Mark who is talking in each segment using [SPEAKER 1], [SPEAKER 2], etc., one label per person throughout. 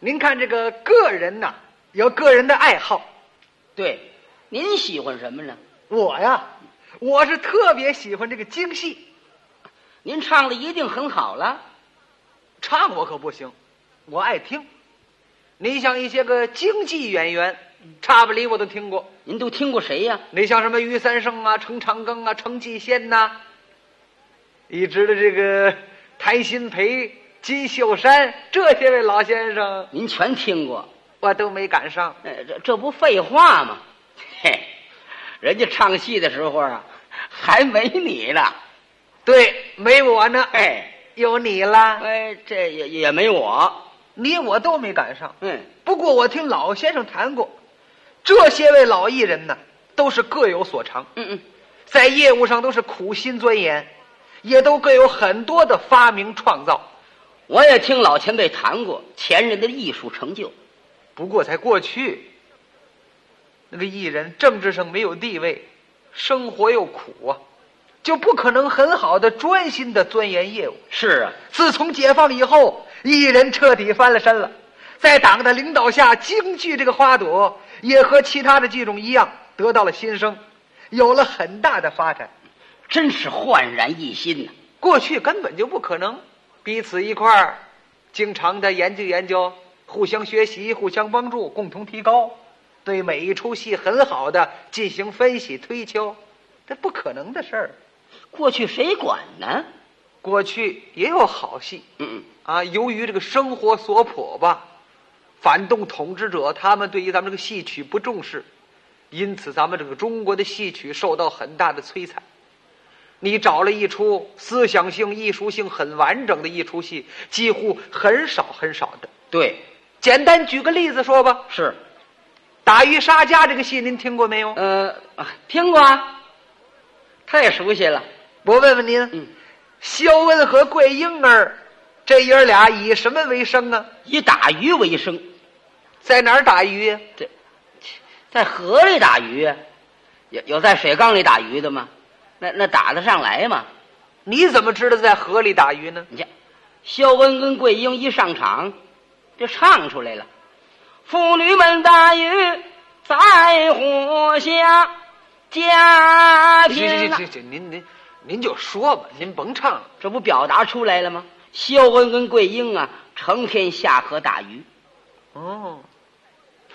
[SPEAKER 1] 您看这个个人呐、有个人的爱好。
[SPEAKER 2] 对，您喜欢什么呢？
[SPEAKER 1] 我呀，我是特别喜欢这个京戏，
[SPEAKER 2] 您唱的一定很好了。
[SPEAKER 1] 唱我可不行，我爱听。你像一些个京剧演员，差不离我都听过。
[SPEAKER 2] 您都听过谁呀？
[SPEAKER 1] 你像什么于三胜啊、程长庚啊、程继先呐、一直的这个谭鑫培、金秀山这些位老先生，
[SPEAKER 2] 您全听过。
[SPEAKER 1] 我都没赶上。
[SPEAKER 2] 呃，这这不废话吗？嘿，人家唱戏的时候啊，还没你呢。
[SPEAKER 1] 对，没我呢，
[SPEAKER 2] 嘿，
[SPEAKER 1] 有你啦。
[SPEAKER 2] 哎，这也也没我。
[SPEAKER 1] 你我都没赶上。
[SPEAKER 2] 嗯，
[SPEAKER 1] 不过我听老先生谈过，这些位老艺人呢，都是各有所长，
[SPEAKER 2] 嗯嗯，
[SPEAKER 1] 在业务上都是苦心钻研，也都各有很多的发明创造。
[SPEAKER 2] 我也听老前辈谈过前人的艺术成就。
[SPEAKER 1] 不过在过去，那个艺人政治上没有地位，生活又苦啊，就不可能很好的专心的钻研业务。
[SPEAKER 2] 是啊，
[SPEAKER 1] 自从解放以后，艺人彻底翻了身了。在党的领导下，京剧这个花朵也和其他的剧种一样，得到了新生，有了很大的发展。
[SPEAKER 2] 真是焕然一新呐、
[SPEAKER 1] 过去根本就不可能，彼此一块儿，经常的研究研究，互相学习，互相帮助，共同提高，对每一出戏很好的进行分析推敲，这不可能的事儿。
[SPEAKER 2] 过去谁管呢？
[SPEAKER 1] 过去也有好戏，
[SPEAKER 2] 嗯，
[SPEAKER 1] 啊，由于这个生活所迫吧，反动统治者他们对于咱们这个戏曲不重视，因此咱们这个中国的戏曲受到很大的摧残。你找了一出思想性、艺术性很完整的一出戏，几乎很少很少的。
[SPEAKER 2] 对，
[SPEAKER 1] 简单举个例子说吧，
[SPEAKER 2] 是，
[SPEAKER 1] 《打渔杀家》这个戏您听过没有？
[SPEAKER 2] 呃，啊听过啊，太熟悉了。
[SPEAKER 1] 我问问您，
[SPEAKER 2] 嗯，
[SPEAKER 1] 肖恩和桂英儿这爷儿俩以什么为生啊？
[SPEAKER 2] 以打鱼为生，
[SPEAKER 1] 在哪儿打鱼呀？
[SPEAKER 2] 这在河里打鱼啊，有有在水缸里打鱼的吗？那那打得上来吗？
[SPEAKER 1] 你怎么知道在河里打鱼呢？
[SPEAKER 2] 你看，肖恩跟桂英一上场，就唱出来了：“妇女们打鱼在河下， 家啊贫
[SPEAKER 1] 行
[SPEAKER 2] 了。
[SPEAKER 1] 行行，您您您就说吧，您甭唱了。
[SPEAKER 2] 这不表达出来了吗？肖恩跟桂英啊，成天下河打鱼，
[SPEAKER 1] 哦，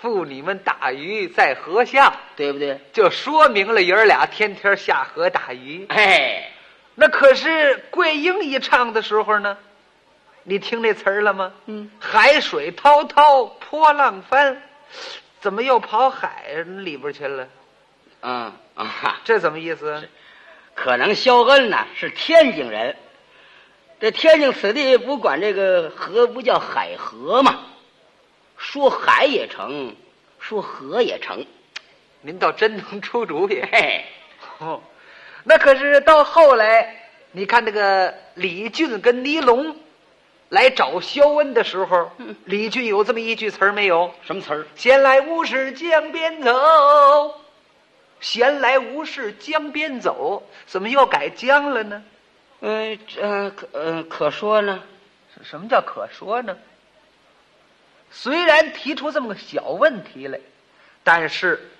[SPEAKER 1] 妇女们打鱼在河下，
[SPEAKER 2] 对不对？
[SPEAKER 1] 就说明了爷儿俩天天下河打鱼。
[SPEAKER 2] 哎，
[SPEAKER 1] 那可是桂英一唱的时候呢，你听那词儿了吗？
[SPEAKER 2] 嗯，
[SPEAKER 1] 海水滔滔，波浪翻，怎么又跑海里边去了？
[SPEAKER 2] 嗯啊哈。
[SPEAKER 1] 这怎么意思？啊
[SPEAKER 2] 可能肖恩呐是天津人，这天津此地不管这个河不叫海河嘛，说海也成，说河也成。
[SPEAKER 1] 您倒真能出主意。
[SPEAKER 2] 嘿，
[SPEAKER 1] 哦， 那可是到后来，你看那个李俊跟尼龙来找肖恩的时候，李俊有这么一句词儿没有？
[SPEAKER 2] 什么词儿？
[SPEAKER 1] 闲来无事江边走，闲来无事江边走，怎么又改江了呢？
[SPEAKER 2] 呃，这呃可呃可说呢，
[SPEAKER 1] 什么叫可说呢？虽然提出这么个小问题来，但是，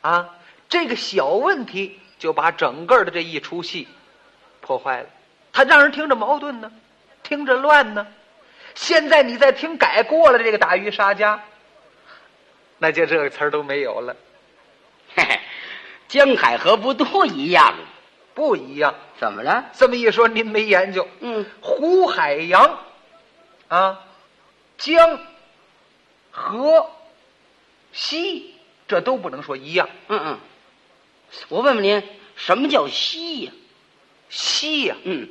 [SPEAKER 1] 啊，这个小问题就把整个的这一出戏破坏了，它让人听着矛盾呢，听着乱呢。现在你再听改过了这个打鱼杀家，那就这个词儿都没有了，
[SPEAKER 2] 嘿嘿，江海河不都一样吗？
[SPEAKER 1] 不一样。
[SPEAKER 2] 怎么了？
[SPEAKER 1] 这么一说，您没研究，
[SPEAKER 2] 嗯，
[SPEAKER 1] 胡海洋，啊，江、河、西，这都不能说一样。
[SPEAKER 2] 嗯嗯，我问问您，什么叫西呀、
[SPEAKER 1] 西呀、
[SPEAKER 2] 嗯，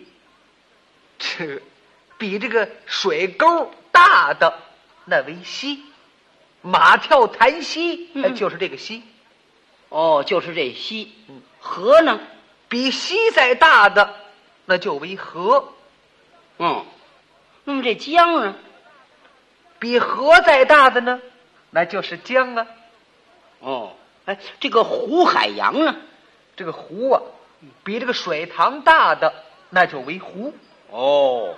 [SPEAKER 1] 这个比这个水沟大的那为西，马跳檀溪，
[SPEAKER 2] 嗯
[SPEAKER 1] 哎，就是这个西。
[SPEAKER 2] 哦，就是这西
[SPEAKER 1] 嗯。
[SPEAKER 2] 河呢？
[SPEAKER 1] 比西再大的，那就为河；
[SPEAKER 2] 嗯，那么这江呢？
[SPEAKER 1] 比河再大的呢，那就是江啊。
[SPEAKER 2] 哦，哎，这个胡海洋啊，
[SPEAKER 1] 这个湖啊，比这个水塘大的，那就为湖。
[SPEAKER 2] 哦，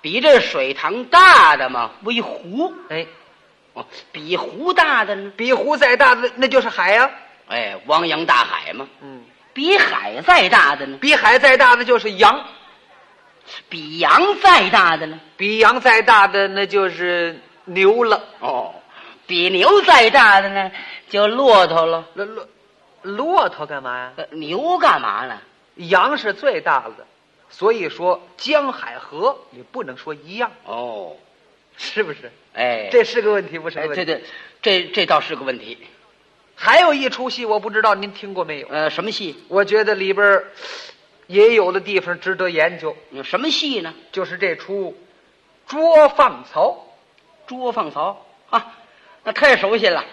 [SPEAKER 2] 比这水塘大的嘛为湖，
[SPEAKER 1] 哎，
[SPEAKER 2] 哦，比湖大的呢？
[SPEAKER 1] 比湖再大的那就是海呀、
[SPEAKER 2] 哎，汪洋大海嘛。
[SPEAKER 1] 嗯，
[SPEAKER 2] 比海再大的呢？
[SPEAKER 1] 比海再大的就是洋，
[SPEAKER 2] 比洋再大的呢？
[SPEAKER 1] 比洋再大的那就是牛了。
[SPEAKER 2] 哦，比牛再大的呢，就骆驼了。
[SPEAKER 1] 骆骆骆驼干嘛呀？
[SPEAKER 2] 呃牛干嘛呢？
[SPEAKER 1] 洋是最大的，所以说江海河也不能说一样，
[SPEAKER 2] 哦，
[SPEAKER 1] 是不是？
[SPEAKER 2] 哎，
[SPEAKER 1] 这是个问题，不是
[SPEAKER 2] 哎，
[SPEAKER 1] 个问题。
[SPEAKER 2] 对对，这这倒是个问题。
[SPEAKER 1] 还有一出戏，我不知道您听过没有？
[SPEAKER 2] 呃，什么戏？
[SPEAKER 1] 我觉得里边儿也有的地方值得研究，
[SPEAKER 2] 有什么戏呢？
[SPEAKER 1] 就是这出捉放曹。
[SPEAKER 2] 捉放曹啊，那太熟悉了。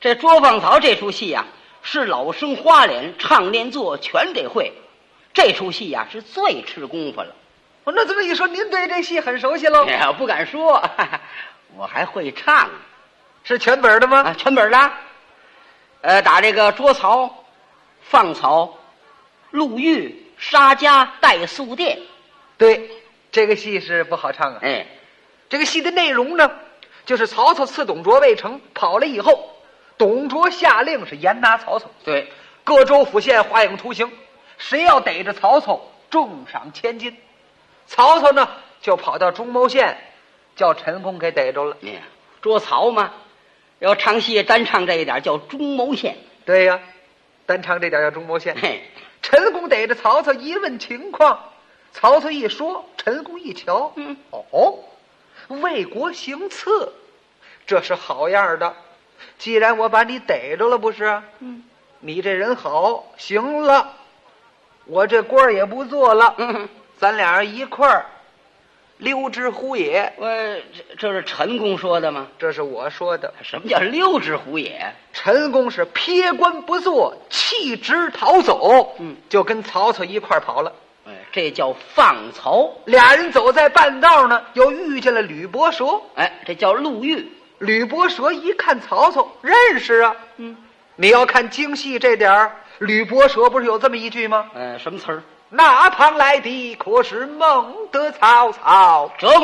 [SPEAKER 2] 这捉放曹这出戏呀、是老生花脸唱念做全得会。这出戏呀、是最吃功夫了。
[SPEAKER 1] 哦，那这么一说，您对这戏很熟悉喽
[SPEAKER 2] 哎？呀，不敢说，我还会唱
[SPEAKER 1] 是全本的吗？
[SPEAKER 2] 啊，全本的。呃，打这个捉曹、放曹、路遇、杀家、带宿店。
[SPEAKER 1] 对，这个戏是不好唱啊。
[SPEAKER 2] 哎，
[SPEAKER 1] 这个戏的内容呢，就是曹操刺董卓未成，跑了以后，董卓下令是严拿曹操，
[SPEAKER 2] 对，
[SPEAKER 1] 各州府县划影图形，谁要逮着曹操，重赏千金。曹操呢，就跑到中牟县，叫陈宫给逮着了。
[SPEAKER 2] 你哎捉曹嘛，要唱戏单唱这一点叫中牟县。
[SPEAKER 1] 对呀，单唱这点叫中牟县。
[SPEAKER 2] 嘿，
[SPEAKER 1] 陈宫逮着曹操，一问情况，曹操一说，陈宫一瞧，
[SPEAKER 2] 嗯，
[SPEAKER 1] 哦，为国行刺，这是好样儿的。既然我把你逮着了，不是？
[SPEAKER 2] 嗯
[SPEAKER 1] 你这人好，行了，我这官儿也不做了，
[SPEAKER 2] 嗯。
[SPEAKER 1] 咱俩人一块儿溜之乎也。
[SPEAKER 2] 我这这是陈公说的吗？
[SPEAKER 1] 这是我说的。
[SPEAKER 2] 什么叫六指虎也？
[SPEAKER 1] 陈宫是撇官不做，弃职逃走，
[SPEAKER 2] 嗯，
[SPEAKER 1] 就跟曹操一块儿跑了。
[SPEAKER 2] 哎，这叫放曹。
[SPEAKER 1] 俩人走在半道呢，又遇见了吕伯奢。
[SPEAKER 2] 哎，这叫路遇。
[SPEAKER 1] 吕伯奢一看曹操，认识啊。
[SPEAKER 2] 嗯，
[SPEAKER 1] 你要看京戏这点儿，吕伯奢不是有这么一句吗？
[SPEAKER 2] 呃，什么词儿？
[SPEAKER 1] 那旁来的可是孟德曹操？
[SPEAKER 2] 折弓。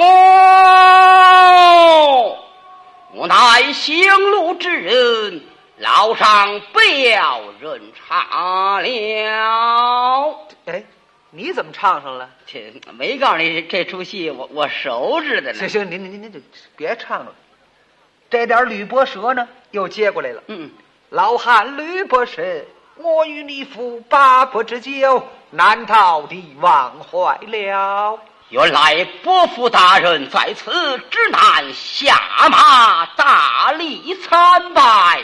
[SPEAKER 2] 我乃行路之人，老上不要人差了。
[SPEAKER 1] 哎，你怎么唱上了？
[SPEAKER 2] 这没告诉你这出戏我我熟着的
[SPEAKER 1] 行
[SPEAKER 2] 呢。
[SPEAKER 1] 行，您您您您就别唱了。这点儿吕伯奢呢，又接过来了。
[SPEAKER 2] 嗯，
[SPEAKER 1] 老汉吕伯奢，我与你夫八不之交，难逃的忘怀了。
[SPEAKER 2] 原来伯父大人在此之南下马大力参拜。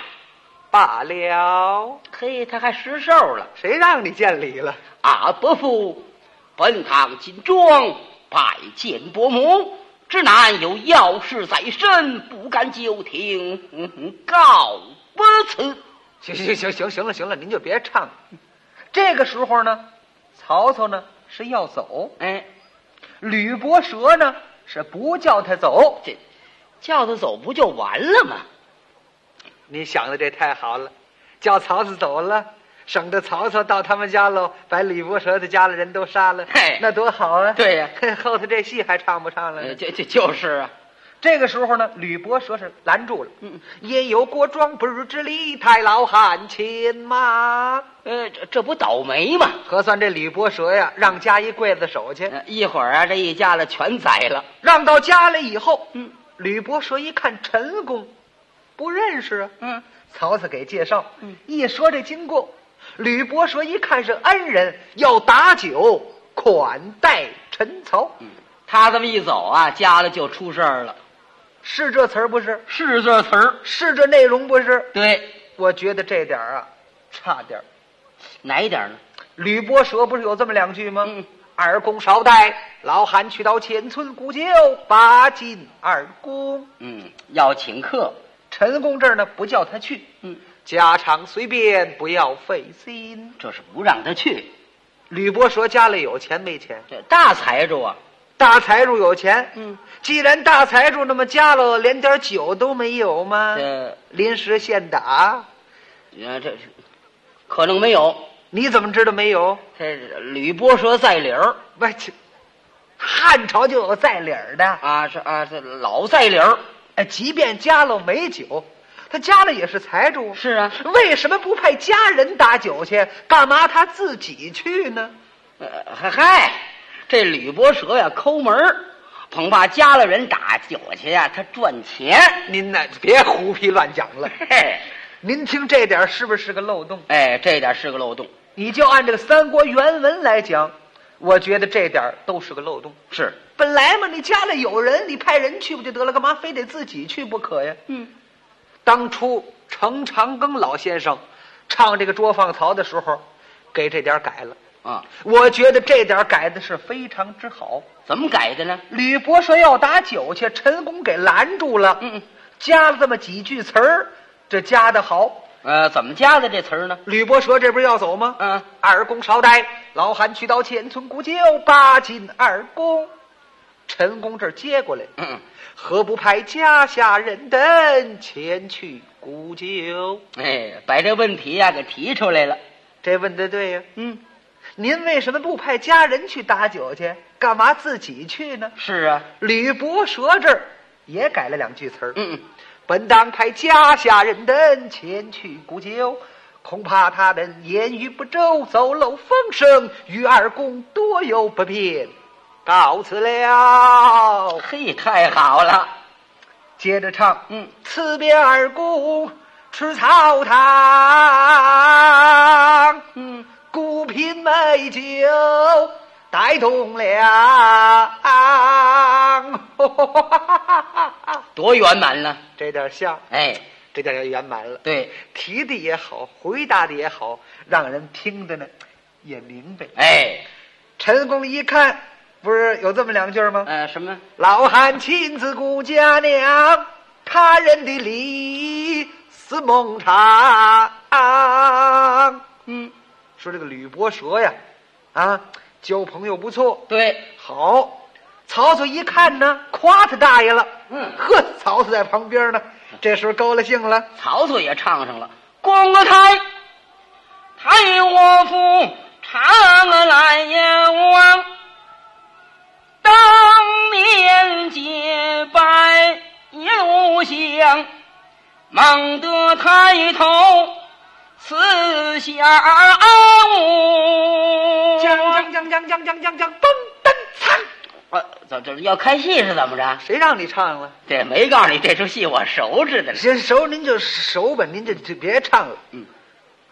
[SPEAKER 1] 罢了。
[SPEAKER 2] 嘿，他还识寿了
[SPEAKER 1] 谁让你见礼了？
[SPEAKER 2] 啊！伯父，本堂金庄拜见伯母，之南有要事在身，不敢久听，嗯哼告不辞。
[SPEAKER 1] 行行行行行了行了，您就别唱了。这个时候呢，曹操呢是要走，
[SPEAKER 2] 哎，
[SPEAKER 1] 吕伯奢呢是不叫他走。
[SPEAKER 2] 这叫他走不就完了吗？
[SPEAKER 1] 你想的这太好了，叫曹操走了，省得曹操到他们家喽，把吕伯奢的家里人都杀了，
[SPEAKER 2] 嘿
[SPEAKER 1] 那多好啊！
[SPEAKER 2] 对呀
[SPEAKER 1] 后头这戏还唱不唱了呢？
[SPEAKER 2] 呃，这这就是啊，
[SPEAKER 1] 这个时候呢，吕伯奢是拦住了，
[SPEAKER 2] 嗯，
[SPEAKER 1] 也有过庄不如之力，太老汉亲妈。
[SPEAKER 2] 呃，这这不倒霉吗？
[SPEAKER 1] 合算这吕伯奢呀，让加一刽子手去，
[SPEAKER 2] 呃一会儿啊，这一家子全宰了。
[SPEAKER 1] 让到家里以后，
[SPEAKER 2] 嗯
[SPEAKER 1] 吕伯奢一看陈宫，不认识啊。
[SPEAKER 2] 嗯，
[SPEAKER 1] 曹操给介绍，
[SPEAKER 2] 嗯
[SPEAKER 1] 一说这经过，吕伯奢一看是恩人，要打酒款待陈曹，
[SPEAKER 2] 他这么一走啊，家里就出事儿了。
[SPEAKER 1] 是这词儿不是？
[SPEAKER 2] 是这词儿，
[SPEAKER 1] 是这内容不是？
[SPEAKER 2] 对，
[SPEAKER 1] 我觉得这点儿啊，差点儿。
[SPEAKER 2] 哪一点呢？
[SPEAKER 1] 吕伯奢不是有这么两句吗？
[SPEAKER 2] 嗯
[SPEAKER 1] 二公捎带，老汉去到前村古旧，拔尽二公。
[SPEAKER 2] 嗯，要请客。
[SPEAKER 1] 陈宫这儿呢不叫他去，
[SPEAKER 2] 嗯，
[SPEAKER 1] 家常随便，不要费心。
[SPEAKER 2] 这是不让他去。
[SPEAKER 1] 吕伯奢家里有钱没钱？
[SPEAKER 2] 这大财主啊，
[SPEAKER 1] 大财主有钱，
[SPEAKER 2] 嗯，
[SPEAKER 1] 既然大财主，那么家里连点酒都没有吗？
[SPEAKER 2] 这
[SPEAKER 1] 临时现打，
[SPEAKER 2] 呃这是可能没有。
[SPEAKER 1] 你怎么知道没有？
[SPEAKER 2] 这吕伯奢在理儿
[SPEAKER 1] 不，这汉朝就有在理儿的，
[SPEAKER 2] 啊，是啊，这老在理儿。
[SPEAKER 1] 哎，即便加了美酒，他加了也是财主啊。
[SPEAKER 2] 是啊，
[SPEAKER 1] 为什么不派家人打酒去？干嘛他自己去呢？
[SPEAKER 2] 呃嗨嗨，这吕伯蛇呀抠门儿，恐怕加了人打酒去呀，他赚钱。
[SPEAKER 1] 您呢，别胡批乱讲了。
[SPEAKER 2] 嘿，
[SPEAKER 1] 您听这点儿是不是个漏洞？
[SPEAKER 2] 哎，这点是个漏洞。
[SPEAKER 1] 你就按这个三国原文来讲，我觉得这点儿都是个漏洞。
[SPEAKER 2] 是，
[SPEAKER 1] 本来嘛，你家里有人，你派人去不就得了？干嘛非得自己去不可呀？
[SPEAKER 2] 嗯，
[SPEAKER 1] 当初程长庚老先生唱这个《捉放曹》的时候，给这点儿改了。
[SPEAKER 2] 啊，
[SPEAKER 1] 我觉得这点儿改的是非常之好。
[SPEAKER 2] 怎么改的呢？
[SPEAKER 1] 吕伯说要打酒去，陈宫给拦住了。
[SPEAKER 2] 嗯嗯，
[SPEAKER 1] 加了这么几句词儿，这加的好。
[SPEAKER 2] 呃，怎么加的这词儿呢？
[SPEAKER 1] 吕伯蛇这不是要走吗？
[SPEAKER 2] 嗯，
[SPEAKER 1] 二公稍待，老韩去到前村古旧，八进二公。陈宫这儿接过来，
[SPEAKER 2] 嗯，
[SPEAKER 1] 何不派家下人等前去古旧？
[SPEAKER 2] 哎，把这问题呀给提出来了。
[SPEAKER 1] 这问的对呀、
[SPEAKER 2] 嗯，
[SPEAKER 1] 您为什么不派家人去打酒去？干嘛自己去呢？
[SPEAKER 2] 是啊，
[SPEAKER 1] 吕伯蛇这儿也改了两句词儿。
[SPEAKER 2] 嗯嗯，
[SPEAKER 1] 本当派家下人等前去古酒，恐怕他们言语不周，走漏风声，与二公多有不便，告辞了。
[SPEAKER 2] 嘿，太好了。
[SPEAKER 1] 接着唱，
[SPEAKER 2] 嗯，
[SPEAKER 1] 辞别二公，吃草堂，
[SPEAKER 2] 嗯，
[SPEAKER 1] 孤品美酒，带动了。
[SPEAKER 2] 多圆满了。
[SPEAKER 1] 这点像，
[SPEAKER 2] 哎，
[SPEAKER 1] 这点要圆满了。
[SPEAKER 2] 对，
[SPEAKER 1] 提的也好，回答的也好，让人听的呢也明白。
[SPEAKER 2] 哎，
[SPEAKER 1] 陈宫一看，不是有这么两句吗？
[SPEAKER 2] 呃，什么？
[SPEAKER 1] 老汉亲自顾家娘，他人的礼似梦长。
[SPEAKER 2] 嗯，
[SPEAKER 1] 说这个吕伯蛇呀，啊，交朋友不错，
[SPEAKER 2] 对，
[SPEAKER 1] 好。曹操一看呢，夸他大爷了。
[SPEAKER 2] 嗯
[SPEAKER 1] 呵，曹操在旁边呢，这时候高了兴了。
[SPEAKER 2] 曹操也唱上了《公台》，太我府常来阎王，当年结拜又相，忙得抬头四下
[SPEAKER 1] 将
[SPEAKER 2] 无。
[SPEAKER 1] 将将将将将将将，噔噔噌！
[SPEAKER 2] 啊，怎这要开戏是怎么着？
[SPEAKER 1] 谁让你唱了？
[SPEAKER 2] 这没告诉你，这出戏我熟知的了。
[SPEAKER 1] 这熟您就熟吧，您就就别唱了。
[SPEAKER 2] 嗯，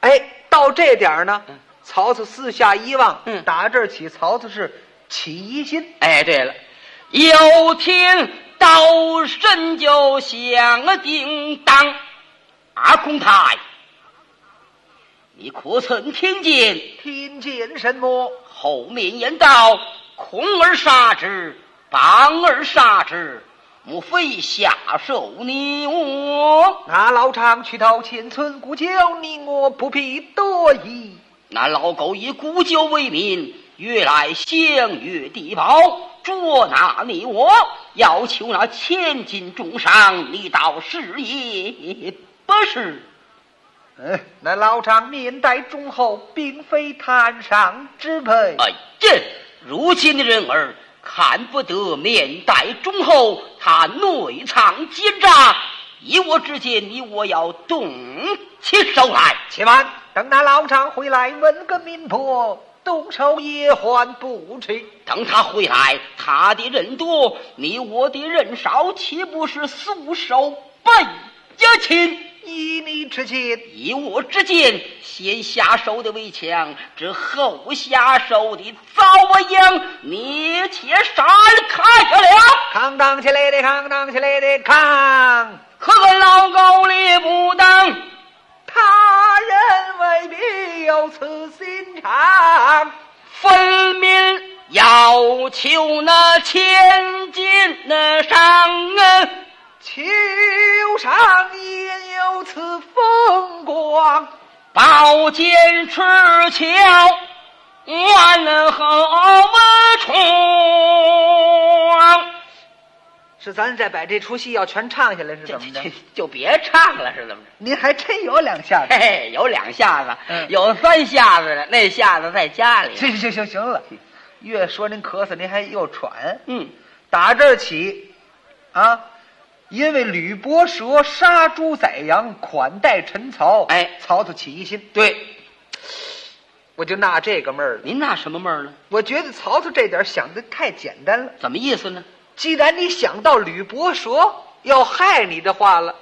[SPEAKER 1] 哎，到这点儿呢
[SPEAKER 2] 嗯，
[SPEAKER 1] 曹操四下一望，
[SPEAKER 2] 嗯
[SPEAKER 1] 打这儿起，曹操是起疑心。
[SPEAKER 2] 哎，对了，有听刀声就响啊，叮当，阿空太，你可曾听见？
[SPEAKER 1] 听见什么？
[SPEAKER 2] 后面言道：“恐而杀之，绑而杀之，莫非下手哦你我？
[SPEAKER 1] 拿老丈去到前村古旧，你我不必多疑。
[SPEAKER 2] 那老狗以古酒为名，越来相越地跑，捉拿你我，要求那千金重赏，你倒是也不是？
[SPEAKER 1] 嗯，那老丈面带忠厚，并非贪上之辈。
[SPEAKER 2] 哎，这如今的人儿看不得面带忠厚，他内藏奸诈，以我之见，你我要动起手来。
[SPEAKER 1] 且慢，等那老丈回来，问个明白，动手也还不迟。
[SPEAKER 2] 等他回来，他的人多，你我的人少，岂不是束手被压擒？
[SPEAKER 1] 依你之见，
[SPEAKER 2] 以我之见，先下手的为强，这后下手的遭我殃。你且闪开了，
[SPEAKER 1] 扛当起来的，扛当起来的，扛！
[SPEAKER 2] 可老狗力不当。
[SPEAKER 1] 他人未必有此心肠。
[SPEAKER 2] 分明要求那千金那上啊，
[SPEAKER 1] 秋上也有此风光，
[SPEAKER 2] 宝剑持鞘，万后闯。
[SPEAKER 1] 是咱再把这出戏要全唱下来是
[SPEAKER 2] 这
[SPEAKER 1] 怎么
[SPEAKER 2] 这
[SPEAKER 1] 的？
[SPEAKER 2] 就别唱了，是怎么着？
[SPEAKER 1] 您还真有两下子。
[SPEAKER 2] 嘿嘿，有两下子，
[SPEAKER 1] 嗯
[SPEAKER 2] 有三下子了，那下子在家里。
[SPEAKER 1] 行行行行了，越说您咳嗽，您还又喘。
[SPEAKER 2] 嗯，
[SPEAKER 1] 打这儿起，啊，因为吕伯奢杀猪宰羊，款待陈曹，
[SPEAKER 2] 哎
[SPEAKER 1] 曹操起疑心，
[SPEAKER 2] 对，
[SPEAKER 1] 我就纳这个闷儿了。
[SPEAKER 2] 您纳什么闷儿呢？
[SPEAKER 1] 我觉得曹操这点儿想的太简单了。
[SPEAKER 2] 怎么意思呢？
[SPEAKER 1] 既然你想到吕伯奢要害你的话了，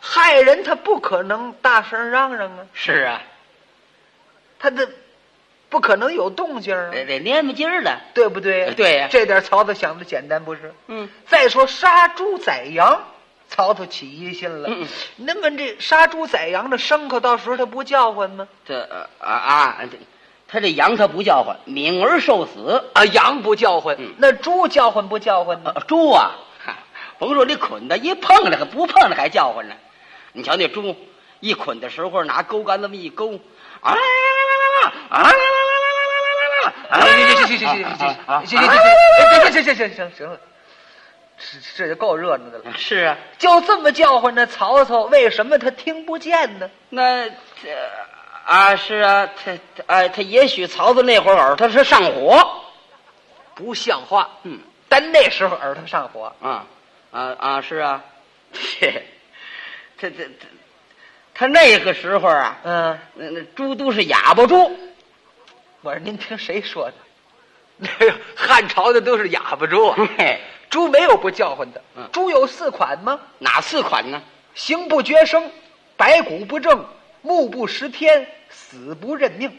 [SPEAKER 1] 害人他不可能大声嚷嚷啊，
[SPEAKER 2] 是啊，
[SPEAKER 1] 他的不可能有动静啊，
[SPEAKER 2] 得得蔫巴劲儿的。
[SPEAKER 1] 对不对？
[SPEAKER 2] 哎对呀
[SPEAKER 1] 这点儿曹操想的简单不是？
[SPEAKER 2] 嗯，
[SPEAKER 1] 再说杀猪宰羊，曹操起疑心了。
[SPEAKER 2] 嗯嗯
[SPEAKER 1] 那么这杀猪宰羊的牲口，到时候他不叫唤吗？
[SPEAKER 2] 这呃啊啊，这他这羊他不叫唤，敏而受死。
[SPEAKER 1] 啊，羊不叫唤，
[SPEAKER 2] 嗯
[SPEAKER 1] 那猪叫唤不叫唤呢？
[SPEAKER 2] 呃猪啊，哈甭说你捆它，一碰它不碰它还叫唤呢。你瞧那猪一捆的时候，拿钩竿这么一勾，啊啊！
[SPEAKER 1] 行行行行行行行行行行行行行行行了，这这就够热闹的了。
[SPEAKER 2] 是啊，
[SPEAKER 1] 就这么叫唤呢，曹操为什么他听不见呢？
[SPEAKER 2] 那这啊是啊，他哎他也许曹操那会儿他是上火，
[SPEAKER 1] 不像话。
[SPEAKER 2] 嗯
[SPEAKER 1] 但那时候耳朵上火，
[SPEAKER 2] 啊啊啊是啊，这这这这他那个时候啊，
[SPEAKER 1] 嗯，
[SPEAKER 2] 那那猪都是哑巴 猪，
[SPEAKER 1] 我说您听谁说的？那哎汉朝的都是哑巴猪啊，
[SPEAKER 2] 嘿，
[SPEAKER 1] 猪没有不叫唤的
[SPEAKER 2] 嗯。
[SPEAKER 1] 猪有四款吗？
[SPEAKER 2] 哪四款呢？
[SPEAKER 1] 行不绝声，白骨不正，目不识天，死不认命。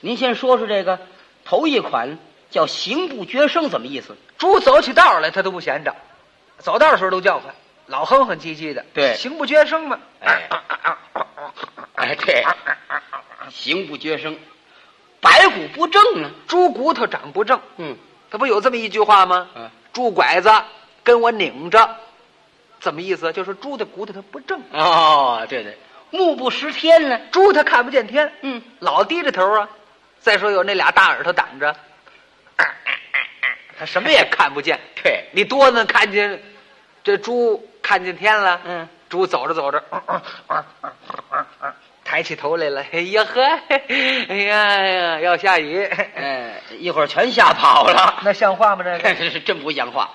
[SPEAKER 2] 您先说说这个头一款叫“行不绝声”，怎么意思？
[SPEAKER 1] 猪走起道来，它都不闲着，走道的时候都叫唤，老哼哼唧唧的，
[SPEAKER 2] 对
[SPEAKER 1] 行不绝声嘛。
[SPEAKER 2] 哎，哎对，行不绝声，白骨不正啊。
[SPEAKER 1] 猪骨头长不正，
[SPEAKER 2] 嗯
[SPEAKER 1] 它不有这么一句话吗？
[SPEAKER 2] 嗯
[SPEAKER 1] 猪拐子跟我拧着，怎么意思？就是猪的骨头它不正，
[SPEAKER 2] 哦，对对，目不识天呢。
[SPEAKER 1] 猪它看不见天，
[SPEAKER 2] 嗯，
[SPEAKER 1] 老低着头啊。再说有那俩大耳朵挡着，呃它什么也看不见。
[SPEAKER 2] 对，
[SPEAKER 1] 你多呢看见，这猪看见天了，
[SPEAKER 2] 嗯，
[SPEAKER 1] 猪走着走着，呃抬起头来了，哎呀呵，哎呀哎呀，要下 雨，
[SPEAKER 2] 哎，一会儿全吓跑了，
[SPEAKER 1] 那像话吗？这个
[SPEAKER 2] 这是真不像话。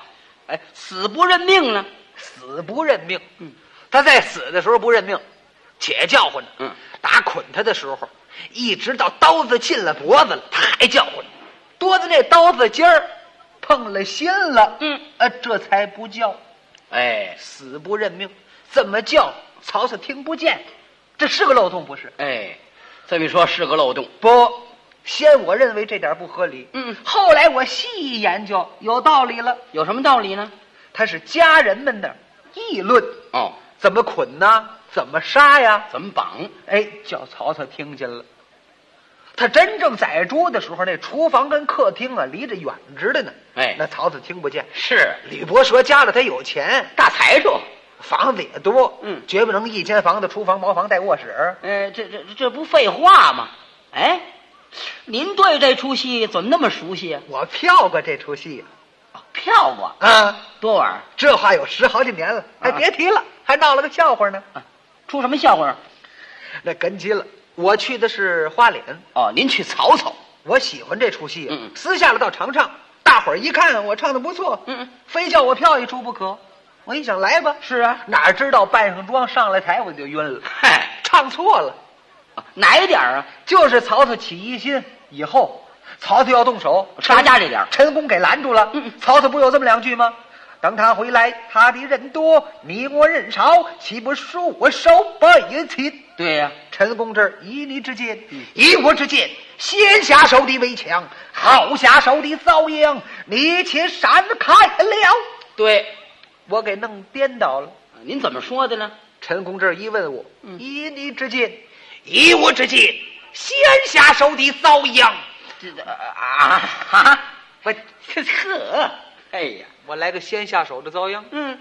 [SPEAKER 2] 哎，死不认命呢。
[SPEAKER 1] 死不认命，
[SPEAKER 2] 嗯，
[SPEAKER 1] 他在死的时候不认命，且叫唤着，
[SPEAKER 2] 嗯，
[SPEAKER 1] 打捆他的时候，一直到刀子进了脖子了，他还叫唤着，多的那刀子尖儿碰了心了，
[SPEAKER 2] 嗯，
[SPEAKER 1] 呃，这才不叫。
[SPEAKER 2] 哎
[SPEAKER 1] 死不认命，怎么叫曹操听不见？这是个漏洞不是？
[SPEAKER 2] 哎，这么一说是个漏洞。
[SPEAKER 1] 不，先我认为这点不合理，
[SPEAKER 2] 嗯
[SPEAKER 1] 后来我细一研究，有道理了。
[SPEAKER 2] 有什么道理呢？
[SPEAKER 1] 他是家人们那儿议论
[SPEAKER 2] 哦，
[SPEAKER 1] 怎么捆呐，怎么杀呀？
[SPEAKER 2] 怎么绑？
[SPEAKER 1] 哎，叫曹操听见了。他真正宰猪的时候，那厨房跟客厅啊离着远着的呢。
[SPEAKER 2] 哎
[SPEAKER 1] 那曹操听不见。
[SPEAKER 2] 是
[SPEAKER 1] 吕伯奢家里他有钱，
[SPEAKER 2] 大财主。
[SPEAKER 1] 房子也多，
[SPEAKER 2] 嗯
[SPEAKER 1] 绝不能一间房子，厨房、茅房带卧室。
[SPEAKER 2] 呃，这这这不废话吗？哎，您对这出戏怎么那么熟悉啊？哦
[SPEAKER 1] 我票过这出戏
[SPEAKER 2] 票过
[SPEAKER 1] 啊，
[SPEAKER 2] 多玩儿，
[SPEAKER 1] 这话有十好几年了，还
[SPEAKER 2] 啊
[SPEAKER 1] 别提了，还闹了个笑话呢。
[SPEAKER 2] 出什么笑话？
[SPEAKER 1] 那跟急了，我去的是花脸，
[SPEAKER 2] 哦，您去曹操。
[SPEAKER 1] 我喜欢这出戏，
[SPEAKER 2] 嗯嗯
[SPEAKER 1] 私下了到常唱，大伙儿一看我唱的不错，
[SPEAKER 2] 嗯嗯
[SPEAKER 1] 非叫我票一出不可。我一想来吧，
[SPEAKER 2] 是啊，
[SPEAKER 1] 哪知道扮上妆上来台我就晕了，
[SPEAKER 2] 嗨，
[SPEAKER 1] 唱错了，
[SPEAKER 2] 哪一点儿啊？
[SPEAKER 1] 就是曹操起疑心以后，曹操要动手，
[SPEAKER 2] 查家这点儿
[SPEAKER 1] 陈宫给拦住了。
[SPEAKER 2] 嗯嗯
[SPEAKER 1] 曹操不有这么两句吗？等他回来，他的人多，你我人少，岂不输我手把一擒？
[SPEAKER 2] 对呀、
[SPEAKER 1] 陈宫这儿以你之见，
[SPEAKER 2] 嗯
[SPEAKER 1] 以我之见，先下手的为强，后下手的遭殃。你且闪开了，
[SPEAKER 2] 对。
[SPEAKER 1] 我给弄颠倒了。
[SPEAKER 2] 您怎么说的呢？
[SPEAKER 1] 陈宫这儿一问我，
[SPEAKER 2] 嗯
[SPEAKER 1] 以你之见，以我之见，先下手的遭殃。
[SPEAKER 2] 这这啊哈！
[SPEAKER 1] 我
[SPEAKER 2] 这呵，哎呀，
[SPEAKER 1] 我来个先下手的遭殃，
[SPEAKER 2] 嗯，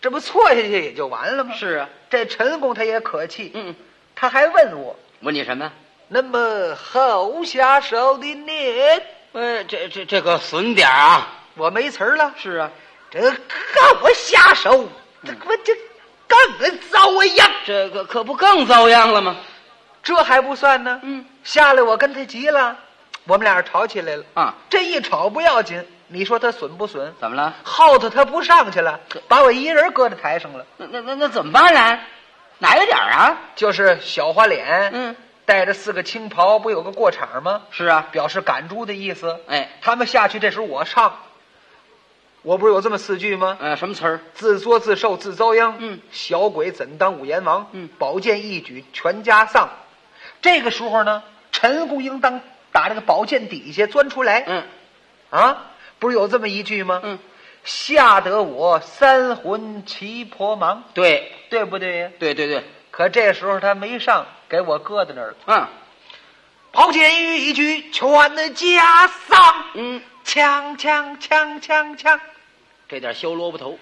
[SPEAKER 1] 这不错下去也就完了吗？
[SPEAKER 2] 是啊，
[SPEAKER 1] 这陈宫他也可气，
[SPEAKER 2] 嗯，
[SPEAKER 1] 他还问我，
[SPEAKER 2] 问你什么？
[SPEAKER 1] 那么后下手的呢？
[SPEAKER 2] 呃，这这这个损点儿啊。
[SPEAKER 1] 我没词儿了，
[SPEAKER 2] 是啊，
[SPEAKER 1] 这跟我下手，这我这跟我遭殃，
[SPEAKER 2] 这个可不更遭殃了吗？
[SPEAKER 1] 这还不算呢。
[SPEAKER 2] 嗯
[SPEAKER 1] 下来我跟他急了，我们俩吵起来了。
[SPEAKER 2] 啊，
[SPEAKER 1] 这一吵不要紧，你说他损不损？
[SPEAKER 2] 怎么了？
[SPEAKER 1] 耗子他不上去了，把我一人搁在台上了，
[SPEAKER 2] 那那那那怎么办呢？哪个点儿啊？
[SPEAKER 1] 就是小花脸，
[SPEAKER 2] 嗯，
[SPEAKER 1] 带着四个青袍，不有个过场吗？
[SPEAKER 2] 是啊，
[SPEAKER 1] 表示赶猪的意思。
[SPEAKER 2] 哎，
[SPEAKER 1] 他们下去，这时候我唱，我不是有这么四句吗？
[SPEAKER 2] 呃，什么词儿？
[SPEAKER 1] 自作自受自遭殃。
[SPEAKER 2] 嗯，
[SPEAKER 1] 小鬼怎当五阎王？
[SPEAKER 2] 嗯
[SPEAKER 1] 宝剑一举全家丧。这个时候呢，陈姑应当打这个宝剑底下钻出来。
[SPEAKER 2] 嗯
[SPEAKER 1] 啊，不是有这么一句吗？
[SPEAKER 2] 嗯，
[SPEAKER 1] 吓得我三魂齐婆忙，
[SPEAKER 2] 对
[SPEAKER 1] 对不对呀？
[SPEAKER 2] 对对对，
[SPEAKER 1] 可这时候他没上，给我搁在那儿了。
[SPEAKER 2] 嗯
[SPEAKER 1] 跑监狱一举全家丧，
[SPEAKER 2] 嗯，
[SPEAKER 1] 锵锵锵锵锵，
[SPEAKER 2] 这点削萝卜头，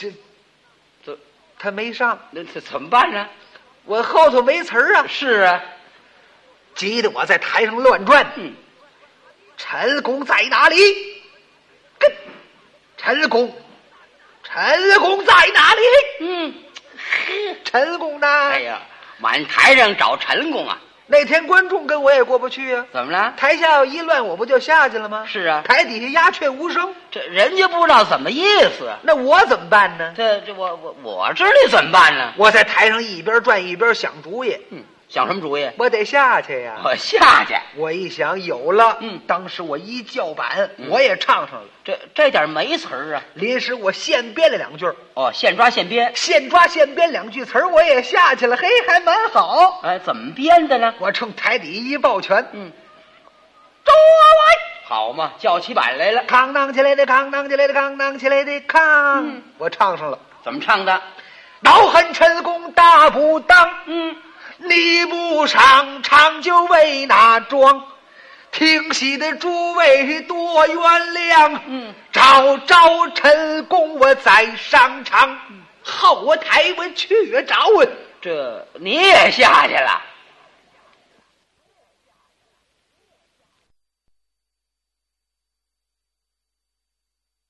[SPEAKER 1] 这
[SPEAKER 2] 这
[SPEAKER 1] 他没上，
[SPEAKER 2] 那这怎么办呢？
[SPEAKER 1] 我后头没词儿啊，
[SPEAKER 2] 是啊，
[SPEAKER 1] 急得我在台上乱转。
[SPEAKER 2] 嗯，
[SPEAKER 1] 陈公在哪里？跟陈公，陈公在哪里？
[SPEAKER 2] 嗯，
[SPEAKER 1] 陈公呢？
[SPEAKER 2] 哎呀，满台上找陈公啊，
[SPEAKER 1] 那天观众跟我也过不去啊，
[SPEAKER 2] 怎么了？
[SPEAKER 1] 台下要一乱，我不就下去了吗？
[SPEAKER 2] 是啊
[SPEAKER 1] 台底下鸦雀无声，
[SPEAKER 2] 这人家不知道怎么意思，啊
[SPEAKER 1] 那我怎么办呢？
[SPEAKER 2] 这这我我我知道怎么办呢？
[SPEAKER 1] 我在台上一边转一边想主意，
[SPEAKER 2] 嗯，想什么主意？
[SPEAKER 1] 我得下去呀。
[SPEAKER 2] 我下去，
[SPEAKER 1] 我一想有了，
[SPEAKER 2] 嗯
[SPEAKER 1] 当时我一叫板，
[SPEAKER 2] 嗯
[SPEAKER 1] 我也唱上了。
[SPEAKER 2] 这这点没词儿啊。
[SPEAKER 1] 临时我现编了两句儿，
[SPEAKER 2] 哦，现抓现编，
[SPEAKER 1] 现抓现编两句词儿，我也下去了，嘿，还蛮好。
[SPEAKER 2] 哎，怎么编的呢？
[SPEAKER 1] 我冲台底一抱拳，
[SPEAKER 2] 嗯，
[SPEAKER 1] 周啊
[SPEAKER 2] 好嘛，叫起板来了
[SPEAKER 1] 喂，，扛当起来的，扛当起来的，扛当起来的，扛！
[SPEAKER 2] 嗯
[SPEAKER 1] 我唱上了。
[SPEAKER 2] 怎么唱的？
[SPEAKER 1] 恼恨陈公大不当，
[SPEAKER 2] 嗯，
[SPEAKER 1] 你不上场就为哪桩？听戏的诸位多原谅。
[SPEAKER 2] 嗯，
[SPEAKER 1] 找着陈公我再
[SPEAKER 2] 嗯
[SPEAKER 1] 上场，后台我去找。
[SPEAKER 2] 这你也下去了？